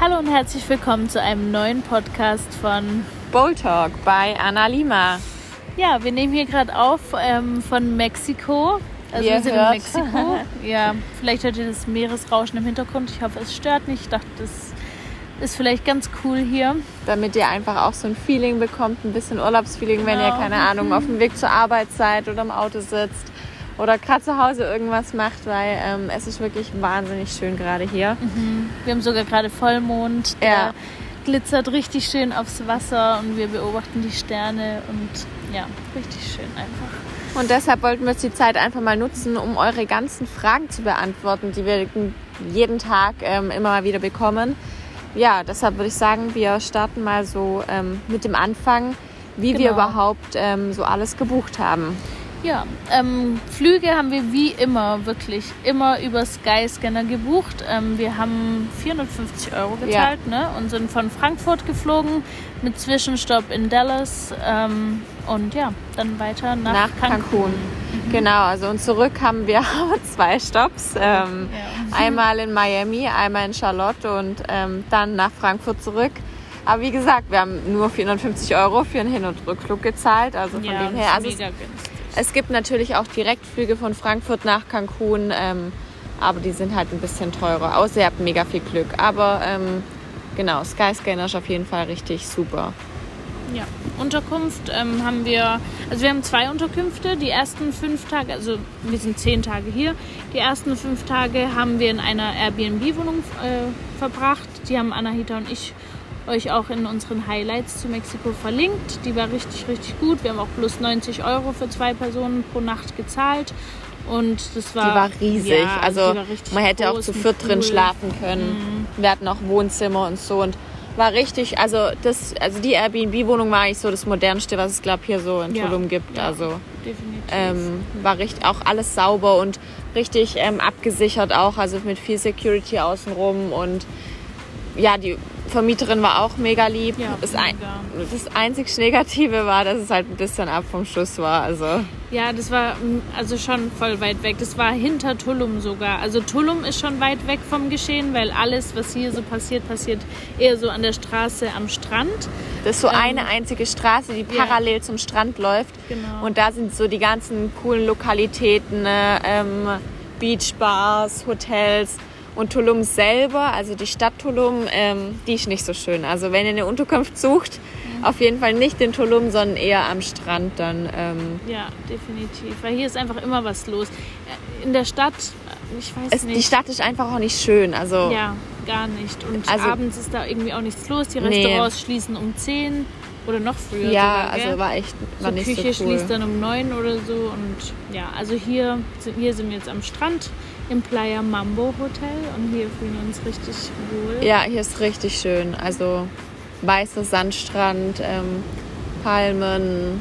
Hallo und herzlich willkommen zu einem neuen Podcast von. Bowl Talk bei Anna Lima. Ja, wir nehmen hier gerade auf ähm, von Mexiko. Also Ihr wir sind hört. in Mexiko. ja, vielleicht hört ihr das Meeresrauschen im Hintergrund. Ich hoffe, es stört nicht. Ich dachte, das ist vielleicht ganz cool hier. Damit ihr einfach auch so ein Feeling bekommt, ein bisschen Urlaubsfeeling, wenn ihr, Genau. keine Ahnung, auf dem Weg zur Arbeit seid oder im Auto sitzt oder gerade zu Hause irgendwas macht, weil ähm, es ist wirklich wahnsinnig schön gerade hier. Wir haben sogar gerade Vollmond. Der Ja. glitzert richtig schön aufs Wasser und wir beobachten die Sterne und ja, richtig schön einfach. Und deshalb wollten wir jetzt die Zeit einfach mal nutzen, um eure ganzen Fragen zu beantworten, die wir jeden Tag ähm, immer mal wieder bekommen. Ja, deshalb würde ich sagen, wir starten mal so ähm, mit dem Anfang, wie wir Genau. überhaupt ähm, so alles gebucht haben. Ja, ähm, Flüge haben wir wie immer, wirklich immer über Skyscanner gebucht. Ähm, wir haben 450 Euro gezahlt ne? und sind von Frankfurt geflogen mit Zwischenstopp in Dallas ähm, und ja, dann weiter nach, nach Cancun. Cancun. Genau, also und zurück haben wir zwei Stops. Ähm, Ja. Einmal in Miami, einmal in Charlotte und ähm, dann nach Frankfurt zurück. Aber wie gesagt, wir haben nur 450 Euro für einen Hin- und Rückflug gezahlt. Also von Ja, dem her, also es, mega günstig. es gibt natürlich auch Direktflüge von Frankfurt nach Cancun, ähm, aber die sind halt ein bisschen teurer. Außer ihr habt mega viel Glück. Aber ähm, genau, Skyscanner ist auf jeden Fall richtig super. Ja, Unterkunft ähm, haben wir, also wir haben zwei Unterkünfte. Die ersten fünf Tage, also wir sind zehn Tage hier. Die ersten fünf Tage haben wir in einer Airbnb-Wohnung äh, verbracht. Die haben Anahita und ich euch auch in unseren Highlights zu Mexiko verlinkt. Die war richtig, richtig gut. Wir haben auch plus 90 Euro für zwei Personen pro Nacht gezahlt. Und das war. Die war riesig. Ja, also die war richtig man hätte auch groß zu und viert drin cool. Mhm. schlafen können. Wir hatten auch Wohnzimmer und so und war richtig, also das, also die Airbnb-Wohnung war eigentlich so das modernste, was es glaube hier so in Ja. Tulum gibt. Ja, Also Definitiv. ähm, war richtig auch alles sauber und richtig ähm, abgesichert auch, also mit viel Security außenrum und ja, die Vermieterin war auch mega lieb. Ja, das, ein, mega. das einzig Negative war, dass es halt ein bisschen ab vom Schuss war. Also Ja, das war mm, also schon voll weit weg. Das war hinter Tulum sogar. Also Tulum ist schon weit weg vom Geschehen, weil alles, was hier so passiert, passiert eher so an der Straße am Strand. Das ist so eine einzige Straße, die Ähm, ja. parallel zum Strand läuft. Genau. Und da sind so die ganzen coolen Lokalitäten, äh, ähm, Beachbars, Hotels. Und Tulum selber, also die Stadt Tulum, ähm, die ist nicht so schön. Also wenn ihr eine Unterkunft sucht, Mhm. auf jeden Fall nicht in Tulum, sondern eher am Strand dann. Ähm, Ja, definitiv. Weil hier ist einfach immer was los. Äh, In der Stadt, äh, ich weiß es, nicht. die Stadt ist einfach auch nicht schön. Also Ja, gar nicht. Und Also- abends ist da irgendwie auch nichts los. Die Nee. Restaurants schließen um 10 oder noch früher. ja, sogar, gell? also war echt war so nicht Küche so cool. schließt dann um neun oder so und ja, also hier sind, hier sind wir jetzt am Strand im Playa Mambo Hotel und hier fühlen wir uns richtig wohl. Ja, hier ist richtig schön. Also weißer Sandstrand, ähm, Palmen.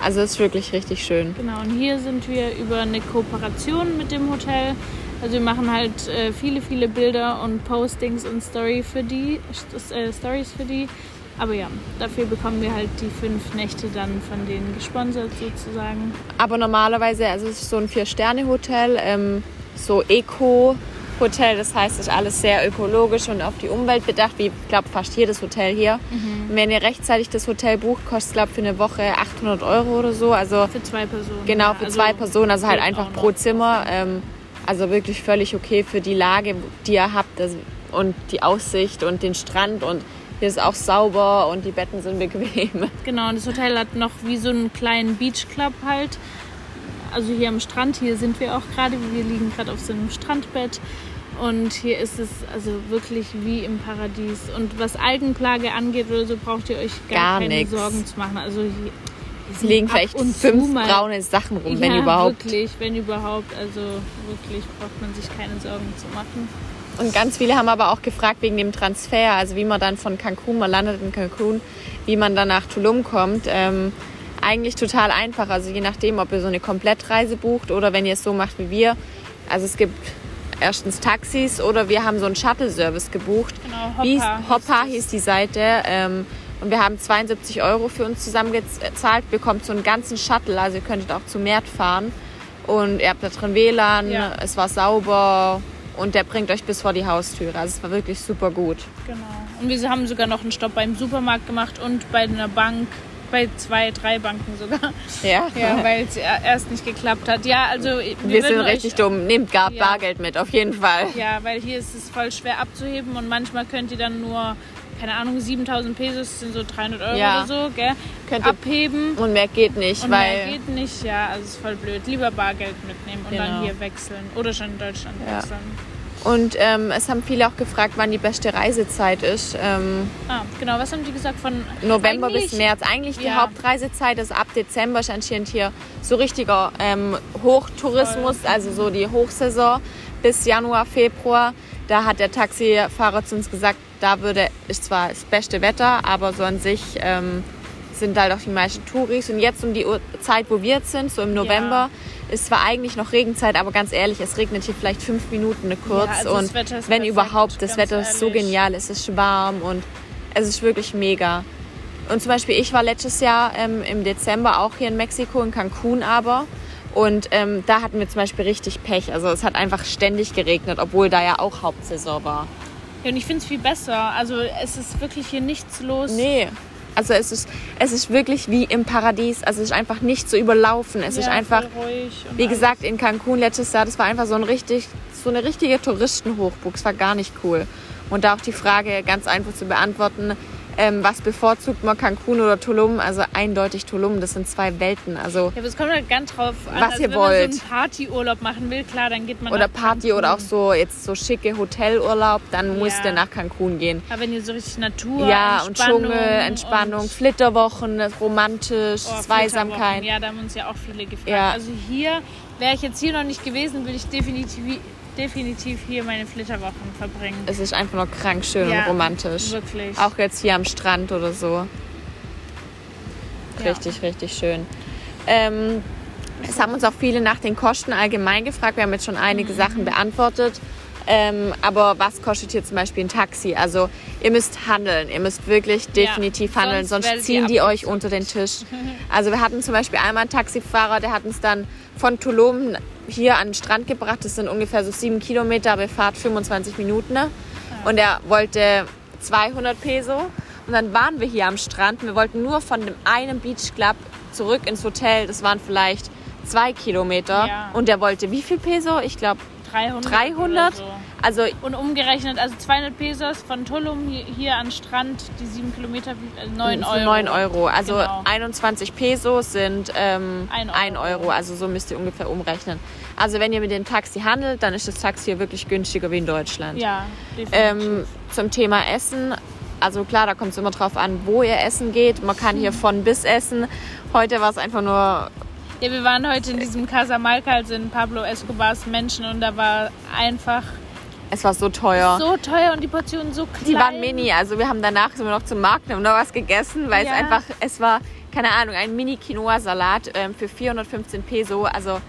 Also es ist wirklich richtig schön. Genau, und hier sind wir über eine Kooperation mit dem Hotel. Also wir machen halt äh, viele, viele Bilder und Postings und Story für die, St- äh, Stories für die. Aber ja, dafür bekommen wir halt die fünf Nächte dann von denen gesponsert sozusagen. Aber normalerweise, also es ist so ein Vier-Sterne-Hotel, ähm, so Eco-Hotel. Das heißt, es ist alles sehr ökologisch und auf die Umwelt bedacht, wie, ich glaube, fast jedes Hotel hier. Und Wenn ihr rechtzeitig das Hotel bucht, kostet es, glaube ich, für eine Woche 800 Euro oder so. Also Für zwei Personen. Genau, ja. für Also zwei Personen, also halt geht einfach auch pro noch. Zimmer. Ähm, also wirklich völlig okay für die Lage, die ihr habt also, und die Aussicht und den Strand und hier ist auch sauber und die Betten sind bequem. Genau, und das Hotel hat noch wie so einen kleinen Beachclub halt. Also hier am Strand, hier sind wir auch gerade, wir liegen gerade auf so einem Strandbett. Und hier ist es also wirklich wie im Paradies. Und was Algenplage angeht oder so, braucht ihr euch Gar gar, keine nix. Sorgen zu machen. Also hier, hier Es liegen ab vielleicht und zu fünf mal- braune Sachen rum, wenn ja, überhaupt. Wirklich, wenn überhaupt. Also wirklich braucht man sich keine Sorgen zu machen. Und ganz viele haben aber auch gefragt wegen dem Transfer, also wie man dann von Cancun, man landet in Cancun, wie man dann nach Tulum kommt. Ähm, eigentlich total einfach, also je nachdem, ob ihr so eine Komplettreise bucht oder wenn ihr es so macht wie wir. Also es gibt erstens Taxis oder wir haben so einen Shuttle-Service gebucht. Genau, Wie Hoppa hieß- Hoppa hieß hieß, die Seite. Ähm, und wir haben 72 Euro für uns zusammengezahlt, bekommt so einen ganzen Shuttle, also ihr könntet auch zu Mert fahren. Und ihr habt da drin WLAN, Ja. es war sauber, und der bringt euch bis vor die Haustüre. Also es war wirklich super gut. Genau. Und wir haben sogar noch einen Stopp beim Supermarkt gemacht und bei einer Bank, bei zwei, drei Banken sogar. Ja, Ja, weil es ja erst nicht geklappt hat. Ja, also wir, wir sind würden richtig euch, dumm. Nehmt gar Ja. Bargeld mit, auf jeden Fall. Ja, weil hier ist es voll schwer abzuheben und manchmal könnt ihr dann nur, keine Ahnung, 7000 Pesos das sind so 300 Euro Ja. oder so, gell? Könnt ihr- abheben. Und mehr geht nicht, Und weil mehr geht nicht, ja, also ist voll blöd. Lieber Bargeld mitnehmen und Genau. dann hier wechseln. Oder schon in Deutschland Ja. wechseln. und ähm, es haben viele auch gefragt, wann die beste Reisezeit ist. Ähm, Ah, genau, was haben die gesagt von November Eigentlich- bis März. Eigentlich die Ja. Hauptreisezeit ist ab Dezember ist anscheinend hier so richtiger ähm, Hochtourismus, also so die Hochsaison bis Januar, Februar. Da hat der Taxifahrer zu uns gesagt, da würde ist zwar das beste Wetter, aber so an sich ähm, sind halt auch die meisten Touris. Und jetzt um die Uhr- Zeit, wo wir jetzt sind, so im November, ist zwar eigentlich noch Regenzeit, aber ganz ehrlich, es regnet hier vielleicht fünf Minuten kurz. Ja, also das und Wetter ist wenn perfekt, überhaupt, ganz das Wetter ist so ehrlich. genial, es ist warm und es ist wirklich mega. Und zum Beispiel, ich war letztes Jahr ähm, im Dezember auch hier in Mexiko, in Cancun aber. Und ähm, da hatten wir zum Beispiel richtig Pech. Also es hat einfach ständig geregnet, obwohl da ja auch Hauptsaison war. Ja, und ich finde es viel besser. Also es ist wirklich hier nichts los. Nee. Also es ist, es ist wirklich wie im Paradies. Also es ist einfach nicht zu überlaufen. Es ja, ist einfach, voll Ruhig und wie alles. gesagt, in Cancun letztes Jahr, das war einfach so, ein richtig, so eine richtige Touristenhochburg. Es war gar nicht cool. Und da auch die Frage ganz einfach zu beantworten, ähm, was bevorzugt man, Cancun oder Tulum? Also eindeutig Tulum, das sind zwei Welten. Also Ja, aber es kommt halt ganz drauf an. Was ihr wenn wollt. man so einen Partyurlaub machen will, klar, dann geht man oder nach Party Cancun. oder auch so jetzt so schicke Hotelurlaub, dann musst Ja. du nach Cancun gehen. Aber wenn ihr so richtig Natur, ja, und Entspannung Oh, Dschungel, Entspannung, und- Flitterwochen, romantisch, Oh, Flitterwochen. Zweisamkeit. Ja, da haben uns ja auch viele gefragt. Ja. Also hier, wäre ich jetzt hier noch nicht gewesen, würde ich definitiv, definitiv hier meine Flitterwochen verbringen. Es ist einfach nur krank schön Ja, Also und romantisch. Wirklich. Auch jetzt hier am Strand oder so. Ja. Richtig, richtig schön. Ähm, es haben uns auch viele nach den Kosten allgemein gefragt. Wir haben jetzt schon einige Mhm. Sachen beantwortet. Ähm, aber was kostet hier zum Beispiel ein Taxi? Also ihr müsst handeln, ihr müsst wirklich definitiv sonst handeln, sonst, werdet ziehen ihr die euch unter den Tisch. Also wir hatten zum Beispiel einmal einen Taxifahrer, der hat uns dann von Tulum hier an den Strand gebracht. Das sind ungefähr so sieben Kilometer, aber Fahrt 25 Minuten. ne? Und er wollte 200 Peso. Und dann waren wir hier am Strand. Wir wollten nur von dem einen Beach Club zurück ins Hotel. Das waren vielleicht zwei Kilometer. Ja. Und er wollte wie viel Peso? Ich glaube 300. 300. Oder so. Also Und umgerechnet, also 200 Pesos von Tulum hi- hier an den Strand, die 7 Kilometer, 9 für Euro. 9 Euro. Also Genau. 21 Peso sind ähm, Ein 1 Euro. Euro. Also so müsst ihr ungefähr umrechnen. Also wenn ihr mit dem Taxi handelt, dann ist das Taxi hier wirklich günstiger wie in Deutschland. Ja, definitiv. Ähm, zum Thema Essen. Also klar, da kommt es immer drauf an, wo ihr essen geht. Man kann hier von bis essen. Heute war es einfach nur Ja, wir waren heute in diesem Casamalca, also in Pablo Escobars Menschen und da war einfach Es war so teuer. so teuer und die Portionen so klein. die waren mini. Also wir haben danach sind wir noch zum Markt und haben noch was gegessen, weil Ja. es einfach, es war, keine Ahnung, ein Mini-Quinoa-Salat ähm, für 415 Peso. Also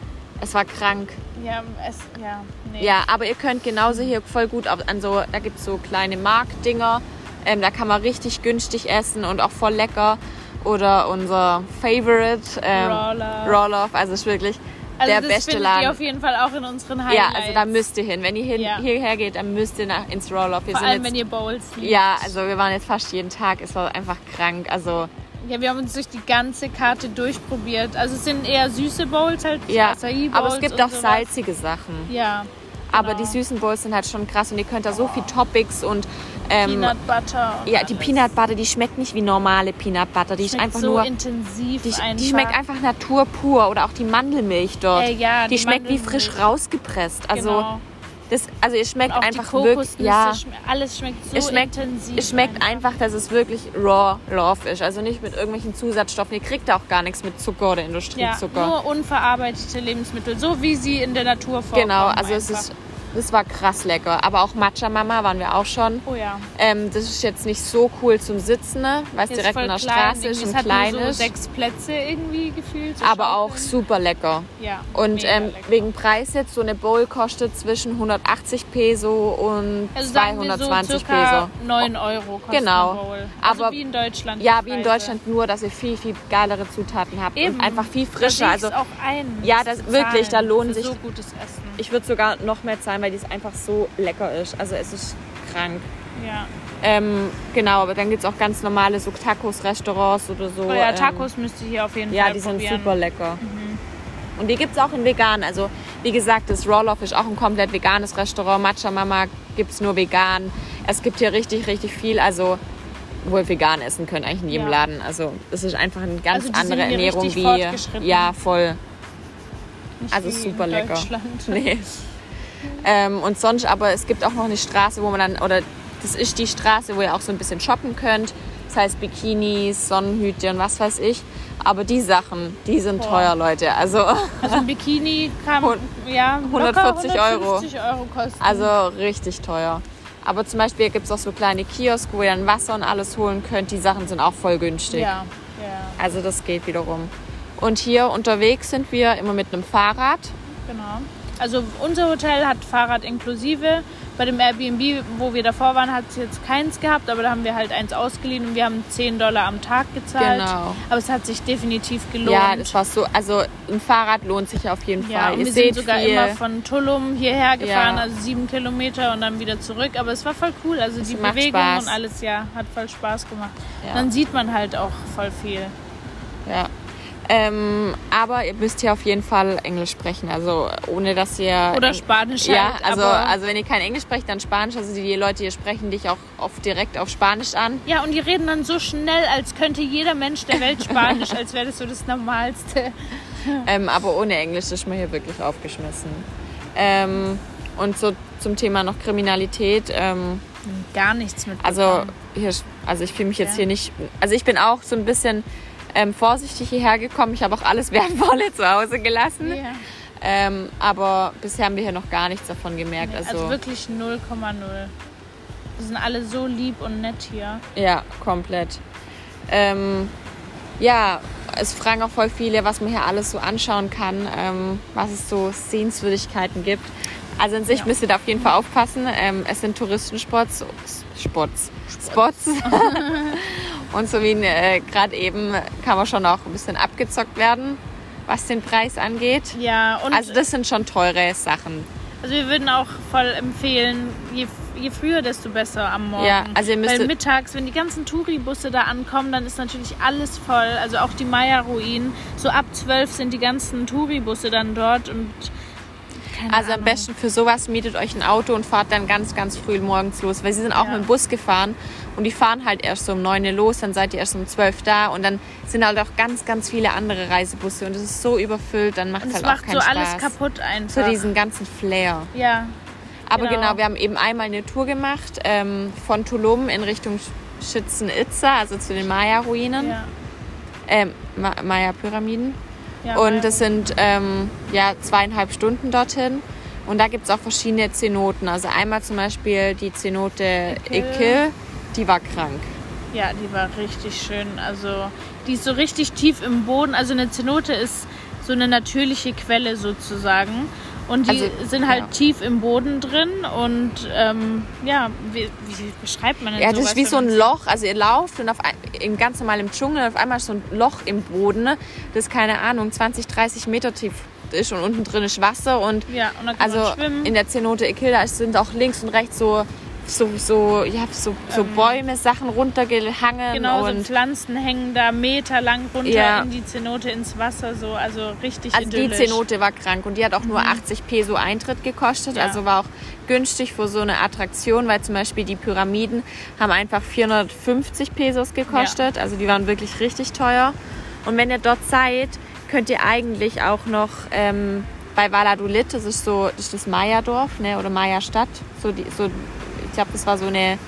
es war krank. Ja, es, ja, nee. Ja, aber ihr könnt genauso hier voll gut auf, an so, da gibt es so kleine Marktdinger. Ähm, da kann man richtig günstig essen und auch voll lecker. Oder unser Favorite, ähm, Roller. Roller. Also es ist wirklich also der das beste findet Laden. Ihr auf jeden Fall auch in unseren Highlights. ja, also da müsst ihr hin. Wenn ihr hin, Ja. hierher geht, dann müsst ihr nach, ins Roll-Off. Vor allem, wenn ihr Bowls liebt. Ja, also wir waren jetzt fast jeden Tag. Es war einfach krank. Also Ja, wir haben uns durch die ganze Karte durchprobiert. Also es sind eher süße Bowls, halt ja, Acai Bowls aber es gibt und auch sowas. salzige Sachen. Ja, Aber Genau. die süßen Bowls sind halt schon krass und ihr könnt da so viel Toppings und ähm, Peanut Butter. und ja, die alles. Peanut Butter, die schmeckt nicht wie normale Peanut Butter. Die ist schmeckt einfach so nur, intensiv die, einfach. die schmeckt einfach Natur pur oder auch die Mandelmilch dort. Ey, Äh, ja, die, die schmeckt wie Mandelmilch. frisch rausgepresst. Also genau. das, also ihr schmeckt auch einfach die wirklich, Kokosnüsse, ja. schme- alles schmeckt so es schmeckt, intensiv. es schmeckt einfach, dass es wirklich raw Love ist. Also nicht mit irgendwelchen Zusatzstoffen. Ihr kriegt da auch gar nichts mit Zucker oder ja, Industriezucker. nur unverarbeitete Lebensmittel, so wie sie in der Natur vorkommen. genau, also es einfach. ist, es war krass lecker. Aber auch Matcha Mama waren wir auch schon. Oh ja. Ähm, das ist jetzt nicht so cool zum Sitzen, ne? weil es Jetzt direkt voll an der klein, Straße ist irgendwie, und es hat klein nur so ist. sechs Plätze irgendwie gefühlt. so Aber auch Schaukeln. super lecker. Ja, Und mega ähm, lecker. wegen Preis jetzt, so eine Bowl kostet zwischen 180 Peso und also sagen wir so 220 circa Peso. 9 Euro kostet Genau. eine Bowl. Also Aber- wie in Deutschland. Ja, die wie in Preise. Deutschland, nur dass ihr viel, viel geilere Zutaten habt Eben. und einfach viel Da sehe frischer. ich's Also auch ein. Ja, zu das- wirklich, da zahlen lohnen für sich- so gutes Essen. ich würde sogar noch mehr zahlen, weil die es einfach so lecker ist. Also es ist krank. Ja. Ähm, genau, aber dann gibt es auch ganz normale so Tacos-Restaurants oder so. Oh ja, ähm, Tacos müsst ihr hier auf jeden Ja, Fall die sind probieren. super lecker. Mhm. Und die gibt es auch in vegan. Also wie gesagt, das Roll-Off ist auch ein komplett veganes Restaurant. Matcha Mama gibt es nur vegan. Es gibt hier richtig, richtig viel. Also wo wir vegan essen können, eigentlich in jedem Ja. Laden. Also es ist einfach eine ganz Also, die andere sind hier Ernährung richtig wie. fortgeschritten. Ja, voll. Nicht Also wie super in lecker. Deutschland. Nee. ähm, und sonst, aber es gibt auch noch eine Straße, wo man dann, oder das ist die Straße, wo ihr auch so ein bisschen shoppen könnt. Das heißt Bikinis, Sonnenhüte und was weiß ich. Aber die Sachen, die sind Boah. teuer, Leute. Also, Also ein Bikini kann Hun- ja, 140 locker Euro. 150 Euro kosten. also richtig teuer. Aber zum Beispiel gibt es auch so kleine Kioske, wo ihr dann Wasser und alles holen könnt. Die Sachen sind auch voll günstig. ja, ja, Also das geht wiederum. Und hier unterwegs sind wir immer mit einem Fahrrad. genau. Also unser Hotel hat Fahrrad inklusive. Bei dem Airbnb, wo wir davor waren, hat es jetzt keins gehabt, aber da haben wir halt eins ausgeliehen und wir haben 10 Dollar am Tag gezahlt. Genau. Aber es hat sich definitiv gelohnt. Ja, das war so. Also ein Fahrrad lohnt sich auf jeden Ja, Fall. und ihr wir seht sind sogar viel. immer von Tulum hierher gefahren, Ja. also sieben Kilometer und dann wieder zurück. Aber es war voll cool. Also die macht Bewegung Spaß. und alles, ja, hat voll Spaß gemacht. Ja. Dann sieht man halt auch voll viel. Ja. Ähm, aber ihr müsst hier auf jeden Fall Englisch sprechen, also ohne dass ihr. Oder Spanisch Äh, Ja, halt. also, aber also wenn ihr kein Englisch sprecht, dann Spanisch. Also die Leute hier sprechen dich auch oft direkt auf Spanisch an. ja, und die reden dann so schnell, als könnte jeder Mensch der Welt Spanisch, als wäre das so das Normalste. Ähm, aber ohne Englisch ist man hier wirklich aufgeschmissen. Ähm, und so zum Thema noch Kriminalität. Ähm, Gar nichts mit. Also hier, ist- also ich fühle mich jetzt Ja. hier nicht. Also ich bin auch so ein bisschen ähm, vorsichtig hierher gekommen. Ich habe auch alles Wertvolle zu Hause gelassen. Ja. Ähm, aber bisher haben wir hier noch gar nichts davon gemerkt. Also, also wirklich 0,0. Die sind alle so lieb und nett hier. ja, komplett. Ähm, ja, es fragen auch voll viele, was man hier alles so anschauen kann, ähm, was es so Sehenswürdigkeiten gibt. Also in sich müsst ihr da auf jeden Fall aufpassen. Ähm, es sind Touristenspots, Spots, Spots. Und so wie äh, gerade eben kann man schon auch ein bisschen abgezockt werden, was den Preis angeht. Ja, und Also das sind schon teure Sachen. Also wir würden auch voll empfehlen, je, je früher, desto besser am Morgen. Ja, also ihr müsstet- Weil mittags, wenn die ganzen Touri-Busse da ankommen, dann ist natürlich alles voll. Also auch die Maya-Ruinen. So ab 12 sind die ganzen Touri-Busse dann dort und keine Also am Ahnung. besten für sowas mietet euch ein Auto und fahrt dann ganz, ganz früh morgens los. Weil sie sind auch Ja. mit dem Bus gefahren und die fahren halt erst so um 9 Uhr los, dann seid ihr erst um 12 Uhr da und dann sind halt auch ganz, ganz viele andere Reisebusse und es ist so überfüllt, dann macht Und es es halt auch macht keinen so Spaß. alles kaputt einfach. Zu diesem ganzen Flair. ja, Aber genau. Genau. wir haben eben einmal eine Tour gemacht ähm, von Tulum in Richtung Sch- Schützen Itza, also zu den Maya-Ruinen, ja. ähm, Ma Maya-Pyramiden. ja Und weil- das sind ähm, ja, zweieinhalb Stunden dorthin. Und da gibt es auch verschiedene Zenoten. Also einmal zum Beispiel die Zenote Ekel. Icke, die war krank. Ja, die war richtig schön. Also die ist so richtig tief im Boden. Also eine Zenote ist so eine natürliche Quelle sozusagen. Und die Also, sind halt ja. tief im Boden drin. Und ähm, ja, wie, wie beschreibt man denn Ja, das sowas, ist wie wenn so ein man- Loch. Also ihr lauft und auf ein, in ganz normalem Dschungel und auf einmal ist so ein Loch im Boden, das keine Ahnung, 20, 30 Meter tief ist und unten drin ist Wasser und Ja, und dann kann also man schwimmen. in der Zenote Ikilda sind auch links und rechts so so so ja so, so Bäume Sachen runtergehangen Ähm. Genau, so und Pflanzen hängen da meterlang runter Ja. in die Zenote ins Wasser. so Also richtig Also die idyllisch. Mhm. Zenote war krank und die hat auch nur 80 Peso Eintritt gekostet, Ja. also war auch günstig für so eine Attraktion, weil zum Beispiel die Pyramiden haben einfach 450 Pesos gekostet, also die waren wirklich richtig teuer. Und wenn ihr dort seid, könnt ihr eigentlich auch noch ähm, bei Valladolid, das ist so das, ist das Maya-Dorf ne, oder Maya-Stadt, so die, so, ich glaube, das war so eine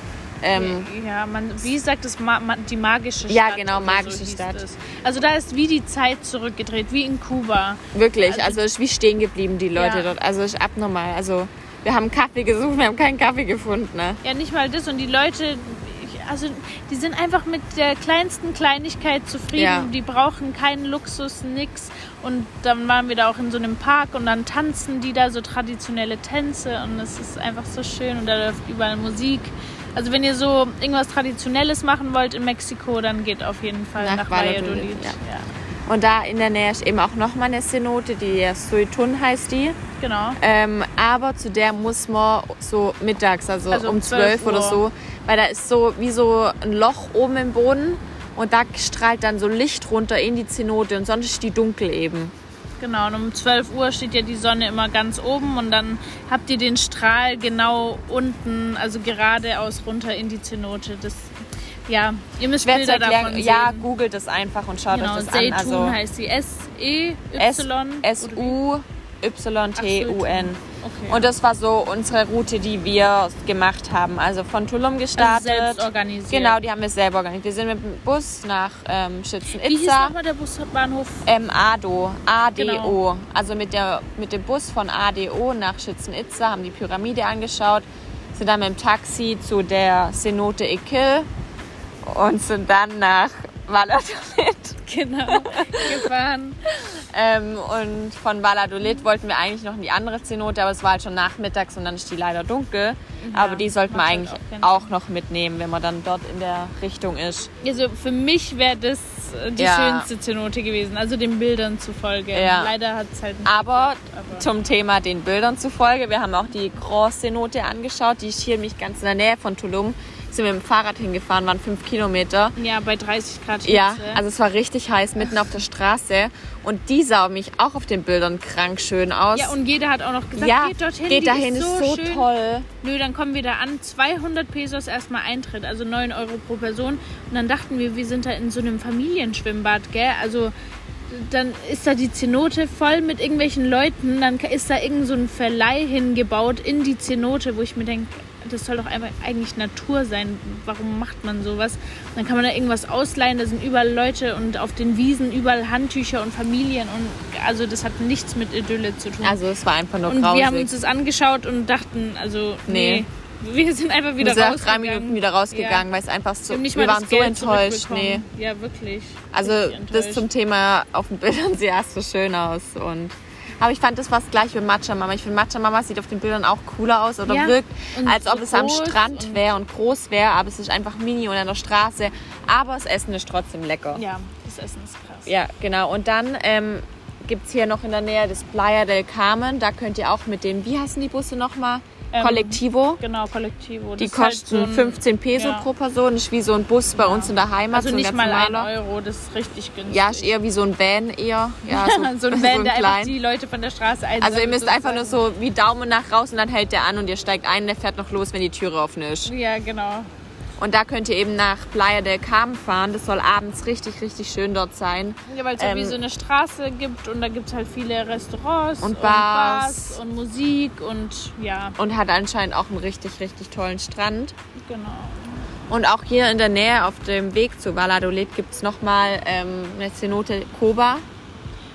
ähm, Ja, man, wie sagt es, ma, ma, die magische Stadt. Ja, genau, oder magische so hieß Stadt. das. Also da ist wie die Zeit zurückgedreht, wie in Kuba. Wirklich, Also- also ist wie stehen geblieben die Leute Ja. dort. Also ist abnormal. Also wir haben Kaffee gesucht, wir haben keinen Kaffee gefunden. Ne? Ja, nicht mal das. Und die Leute, ich- also die sind einfach mit der kleinsten Kleinigkeit zufrieden. Ja. Die brauchen keinen Luxus, nix. Und dann waren wir da auch in so einem Park und dann tanzen die da so traditionelle Tänze und es ist einfach so schön und da läuft überall Musik. Also wenn ihr so irgendwas Traditionelles machen wollt in Mexiko, dann geht auf jeden Fall Nach nach, Valladolid. Valladolid, ja. Ja. Und da in der Nähe ist eben auch nochmal eine Cenote, die ja Suitun heißt die. Genau. Ähm, aber zu der muss man so mittags, also, Also um um 12 12 oder Uhr. so, weil da ist so wie so ein Loch oben im Boden und da strahlt dann so Licht runter in die Zenote und sonst ist die dunkel eben. Genau, und um 12 Uhr steht ja die Sonne immer ganz oben und dann habt ihr den Strahl genau unten, also geradeaus runter in die Zenote. Das, ja, ihr müsst Schwer zu Bilder davon erklären, sehen. ja, googelt es einfach und schaut genau, euch das an. Zeytun Also heißt sie. S- S-E-Y? S-U-Y-T-U-N. Okay. Und das war so unsere Route, die wir gemacht haben. Also von Tulum gestartet. selbst organisiert. Genau, die haben wir selber organisiert. Wir sind mit dem Bus nach ähm, Wie hieß Schützen-Itza. nochmal der Busbahnhof? Ähm, ADO, ADO. Genau. Also mit, der, mit dem Bus von ADO nach Schützen-Itza, haben die Pyramide angeschaut, sind dann mit dem Taxi zu der Cenote Iquill und sind dann nach Valladolid. Genau, gefahren. Ähm, und von Valladolid wollten wir eigentlich noch in die andere Cenote, aber es war halt schon nachmittags und dann ist die leider dunkel. aber die sollten wir macht halt eigentlich auch keinen auch noch mitnehmen, wenn man dann dort in der Richtung ist. Also für mich wäre das äh, die Ja. schönste Zenote gewesen, also den Bildern zufolge. Ja. Ah. Leider hat es halt nicht Aber geklappt, aber- zum Thema den Bildern zufolge, wir haben auch die Großsenote angeschaut, die ist hier nämlich ganz in der Nähe von Tulum. Sind wir mit dem Fahrrad hingefahren, waren fünf Kilometer. Ja, bei 30 Grad Hitze. Ja, also es war richtig heiß mitten auf der Straße und die sah mich auch auf den Bildern krank schön aus. Ja, und jeder hat auch noch gesagt, Ja, geht dorthin, geht die dahin, ist ist so, so, schön. toll. Nö, dann kommen wir da an, 200 Pesos erstmal Eintritt, also 9 Euro pro Person. Und dann dachten wir, wir sind da in so einem Familienschwimmbad, gell? Also dann ist da die Zenote voll mit irgendwelchen Leuten, dann ist da irgend so ein Verleih hingebaut in die Zenote, wo ich mir denke, das soll doch einfach eigentlich Natur sein. Warum macht man sowas? Dann kann man da irgendwas ausleihen, da sind überall Leute und auf den Wiesen überall Handtücher und Familien und also das hat nichts mit Idylle zu tun. Also es war einfach nur Und grausig. wir haben uns das angeschaut und dachten, also Nee. nee. Wir sind einfach wieder wir sind nach drei rausgegangen. Minuten wieder rausgegangen, Ja. weil es einfach so. Wir haben nicht wir mal waren das so Geld enttäuscht. Nee. zurückbekommen. Ja, wirklich. Also Richtig das enttäuscht. zum Thema auf den Bildern sieht erst so schön aus. Und aber ich fand das war das gleich wie Matcha Mama. Ich finde Matcha Mama sieht auf den Bildern auch cooler aus oder Ja, wirkt, und als so ob es am groß Strand und- wäre und groß wäre, aber es ist einfach mini und an der Straße. Aber das Essen ist trotzdem lecker. Ja, das Essen ist krass. Ja, genau. Und dann ähm, gibt es hier noch in der Nähe das Playa del Carmen. Da könnt ihr auch mit den, wie heißen die Busse nochmal? Ähm, Kollektivo. Genau, Kollektivo. Die Das ist halt kosten so ein- 15 Peso ja. pro Person. Ist wie so ein Bus bei uns in der Heimat. Also so ein nicht ganz mal ein normaler. Euro, das ist richtig günstig. Ja, ist eher wie so ein Van eher. Ja, so, so ein Van, der einfach klein. die Leute von der Straße einsammelt. Also ihr müsst einfach nur sozusagen. so wie Daumen nach raus und dann hält der an und ihr steigt ein, der fährt noch los, wenn die Türe offen ist. Ja, genau. Und da könnt ihr eben nach Playa del Carmen fahren. Das soll abends richtig, richtig schön dort sein. Ja, weil es so Ähm, wie so eine Straße gibt und da gibt es halt viele Restaurants Und und Bars. Bars und Musik und ja, Und hat anscheinend auch einen richtig, richtig tollen Strand. genau. Und auch hier in der Nähe auf dem Weg zu Valladolid gibt es nochmal ähm, eine Cenote Coba.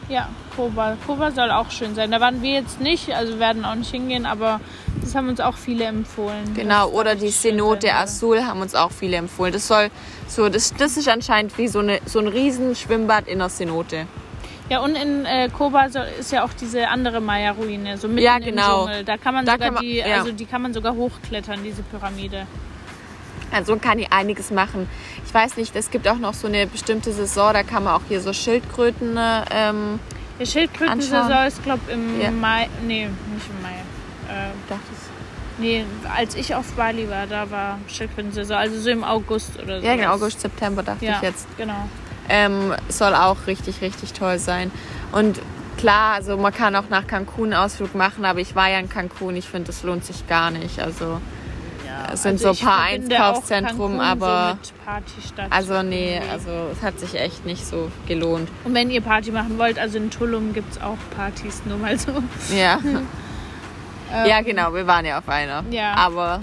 Ja, Koba. Koba soll auch schön sein. Da waren wir jetzt nicht, also werden auch nicht hingehen, aber das haben uns auch viele empfohlen. Genau, Das oder ist die schön Cenote sein soll. Azul haben uns auch viele empfohlen. Das soll so, das, das ist anscheinend wie so, eine, so ein riesen Schwimmbad in der Cenote. Ja, und in äh, Koba soll, ist ja auch diese andere Maya-Ruine, so mitten Ja, im genau. Dschungel. Da kann man Da sogar kann man- die, ja. also die kann man sogar hochklettern, diese Pyramide. Also kann ich einiges machen. Ich weiß nicht, es gibt auch noch so eine bestimmte Saison, da kann man auch hier so Schildkröten. äh, Ähm, Die Schildkröten-Saison Anschauen. ist, glaube im Ja. Mai, nee, nicht im Mai. Äh, dachte ich- nee, als ich auf Bali war, da war Schildkröten-Saison, also so im August oder so. ja, genau, August, September dachte Ja, ich jetzt. genau. Ähm, soll auch richtig, richtig toll sein. Und klar, also man kann auch nach Cancun einen Ausflug machen, aber ich war ja in Cancun, ich finde, das lohnt sich gar nicht. Also, Es sind so Also ich ein paar verbinde auch Einkaufszentrum, Cancun aber- So mit Partystadt also nee, irgendwie. also es hat sich echt nicht so gelohnt. Und wenn ihr Party machen wollt, also in Tulum gibt es auch Partys, nur mal so. Ja. ja, genau, wir waren ja auf einer. Ja. Aber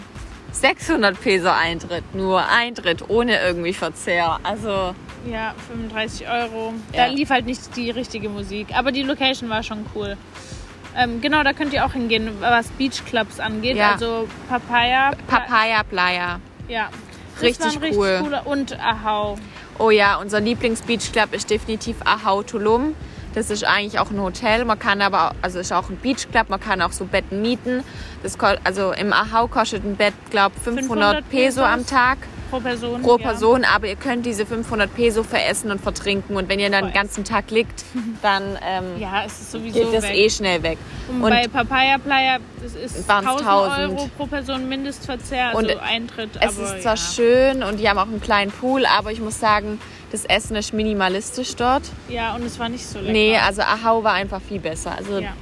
600 Peso Eintritt, nur Eintritt, ohne irgendwie Verzehr. Also, Ja, 35 Euro. Ja. Da lief halt nicht die richtige Musik, aber die Location war schon cool. Ähm, genau, da könnt ihr auch hingehen, was Beachclubs angeht. Ja. Also Papaya. Papaya Playa. Ja. Das Richtig war ein richtig cool. cooler. Und Ahau. Oh ja, unser Lieblings-Beachclub ist definitiv Ahau Tulum. Das ist eigentlich auch ein Hotel. Man kann aber, also ist auch ein Beachclub, man kann auch so Betten mieten. Das ko- also im Ahau kostet ein Bett, glaube 500 500 Peso am Pesos. Tag. pro Person. pro ja. Person, aber ihr könnt diese 500 Peso veressen und vertrinken. Und wenn ihr dann den Voll. ganzen Tag liegt, dann ähm, Ja, es ist sowieso geht das weg. eh schnell weg. und, und- bei Papaya Playa es ist Waren's 1000 1000. Euro pro Person Mindestverzehr, also Und Eintritt. Es aber ist zwar ja. schön und die haben auch einen kleinen Pool, aber ich muss sagen, das Essen ist minimalistisch dort. Ja, und es war nicht so lecker. Nee, also Ahau war einfach viel besser. Also ja.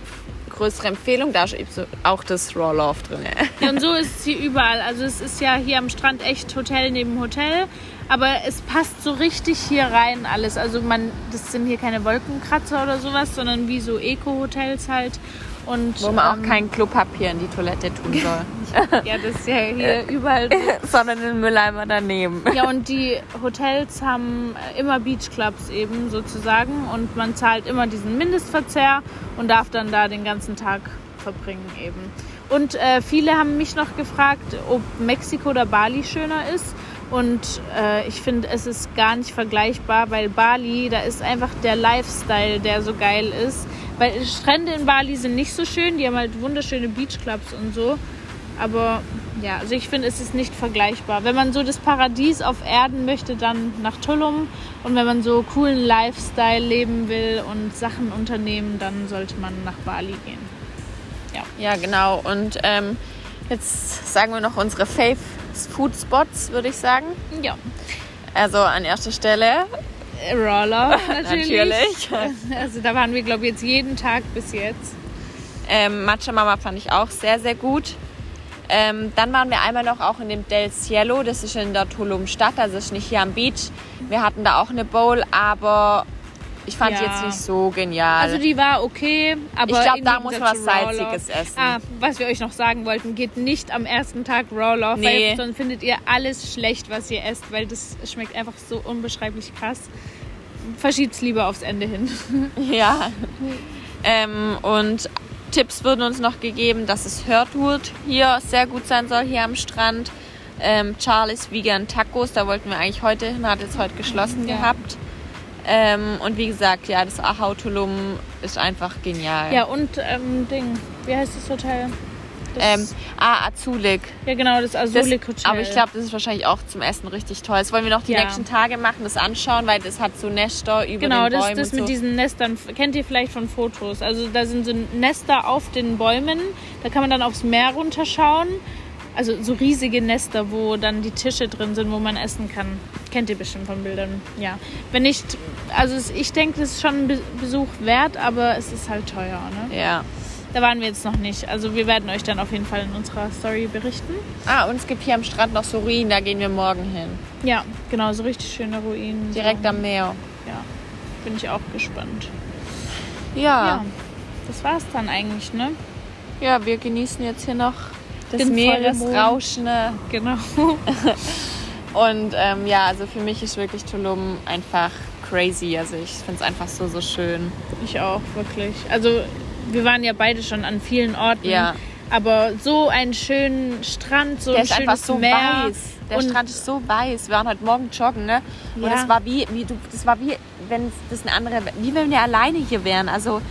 größere Empfehlung, da ist eben so auch das Raw Love drin. Ja, Und so ist es hier überall. Also es ist ja hier am Strand echt Hotel neben Hotel. Aber es passt so richtig hier rein alles. Also man, das sind hier keine Wolkenkratzer oder sowas, sondern wie so Eco-Hotels halt. Und, Wo man auch ähm, kein Klopapier in die Toilette tun soll, Ja, das ist ja hier überall. sondern den Mülleimer daneben. Ja, und die Hotels haben äh, immer Beachclubs eben sozusagen. Und man zahlt immer diesen Mindestverzehr und darf dann da den ganzen Tag verbringen eben. Und äh, viele haben mich noch gefragt, ob Mexiko oder Bali schöner ist. Und äh, ich finde, es ist gar nicht vergleichbar, weil Bali, da ist einfach der Lifestyle, der so geil ist. Weil Strände in Bali sind nicht so schön, die haben halt wunderschöne Beachclubs und so. Aber ja, also ich finde, es ist nicht vergleichbar. Wenn man so das Paradies auf Erden möchte, dann nach Tulum. Und wenn man so coolen Lifestyle leben will und Sachen unternehmen, dann sollte man nach Bali gehen. Ja, genau. Und ähm, jetzt sagen wir noch unsere Fave Food Spots, würde ich sagen. Ja, Also an erster Stelle Roller natürlich. natürlich. Also da waren wir, glaube ich, jetzt jeden Tag bis jetzt. Ähm, Matcha Mama fand ich auch sehr, sehr gut. Ähm, dann waren wir einmal noch auch in dem Del Cielo, das ist in der Tulum-Stadt, also ist nicht hier am Beach. Wir hatten da auch eine Bowl, aber ich fand die Ja. jetzt nicht so genial. Also die war okay, aber ich glaube, im da muss man was Gegensatz zu Roller- Salziges essen. Ah, was wir euch noch sagen wollten, geht nicht am ersten Tag Roller, Nee. weil sonst findet ihr alles schlecht, was ihr esst, weil das schmeckt einfach so unbeschreiblich krass. Verschiebt's lieber aufs Ende hin. Ja. Ähm, und Tipps wurden uns noch gegeben, dass es Hurtwood hier sehr gut sein soll, hier am Strand. Ähm, Charles Vegan Tacos, da wollten wir eigentlich heute hin, hat jetzt heute geschlossen Ja. gehabt. Ähm, und wie gesagt, ja, das Achau Tulum ist einfach genial. Ja, und ähm, Ding, wie heißt das Hotel? Das, Ähm, ah, Azulik. ja, genau, das Das, Azulik Hotel. aber ich glaube, das ist wahrscheinlich auch zum Essen richtig toll. Das wollen wir noch die Ja. nächsten Tage machen, das anschauen, weil das hat so Nester über Genau, den Bäumen das, das und mit so. diesen Nestern f- kennt ihr vielleicht von Fotos. Also da sind so Nester auf den Bäumen. Da kann man dann aufs Meer runterschauen. Also so riesige Nester, wo dann die Tische drin sind, wo man essen kann. Kennt ihr bestimmt von Bildern. Ja. Wenn nicht, also es, ich denke, das ist schon ein Be- Besuch wert, aber es ist halt teuer. Ne? ja. Da waren wir jetzt noch nicht. Also wir werden euch dann auf jeden Fall in unserer Story berichten. Ah, und es gibt hier am Strand noch so Ruinen, da gehen wir morgen hin. Ja, genau, so richtig schöne Ruinen. Direkt so. am Meer. Ja, bin ich auch gespannt. Ja. Ja, das war's dann eigentlich, ne? ja, wir genießen jetzt hier noch das Den Meeresrauschen. Genau. Und ähm, ja, also für mich ist wirklich Tulum einfach crazy. Also ich finde es einfach so, so schön. Ich auch, wirklich. Also, wir waren ja beide schon an vielen Orten. Ja. Aber So einen schönen Strand, so der ein ist schönes einfach so Meer. weiß. Der und- Strand ist so weiß. Wir waren heute Morgen joggen, ne? Und Ja. das war wie, wie du, das war wie, wenn das eine andere, wie wenn wir alleine hier wären. Also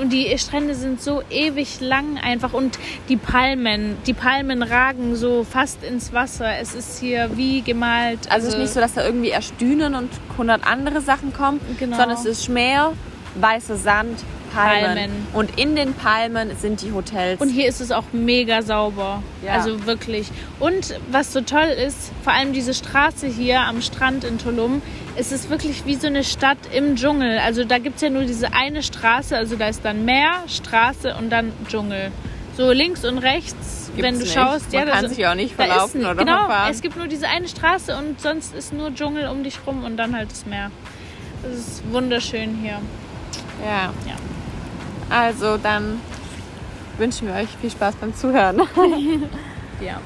Und die Strände sind so ewig lang einfach. Und die Palmen, die Palmen ragen so fast ins Wasser. Es ist hier wie gemalt. Also es ist nicht so, dass da irgendwie erst Dünen und 100 andere Sachen kommen, Genau. sondern es ist Meer, weißer Sand, Palmen. Palmen. Und in den Palmen sind die Hotels. Und hier ist es auch mega sauber. Ja. Also wirklich. Und was so toll ist, vor allem diese Straße hier am Strand in Tulum, es ist wirklich wie so eine Stadt im Dschungel. Also da gibt es ja nur diese eine Straße, also da ist dann Meer, Straße und dann Dschungel. So links und rechts, Gibt's wenn du nicht. schaust, Man ja, da, kann so- sich ja auch nicht da ist- verlaufen oder genau, verfahren. Es gibt nur diese eine Straße und sonst ist nur Dschungel um dich rum und dann halt das Meer. Es ist wunderschön hier. ja. Ja. Also dann wünschen wir euch viel Spaß beim Zuhören. Ja.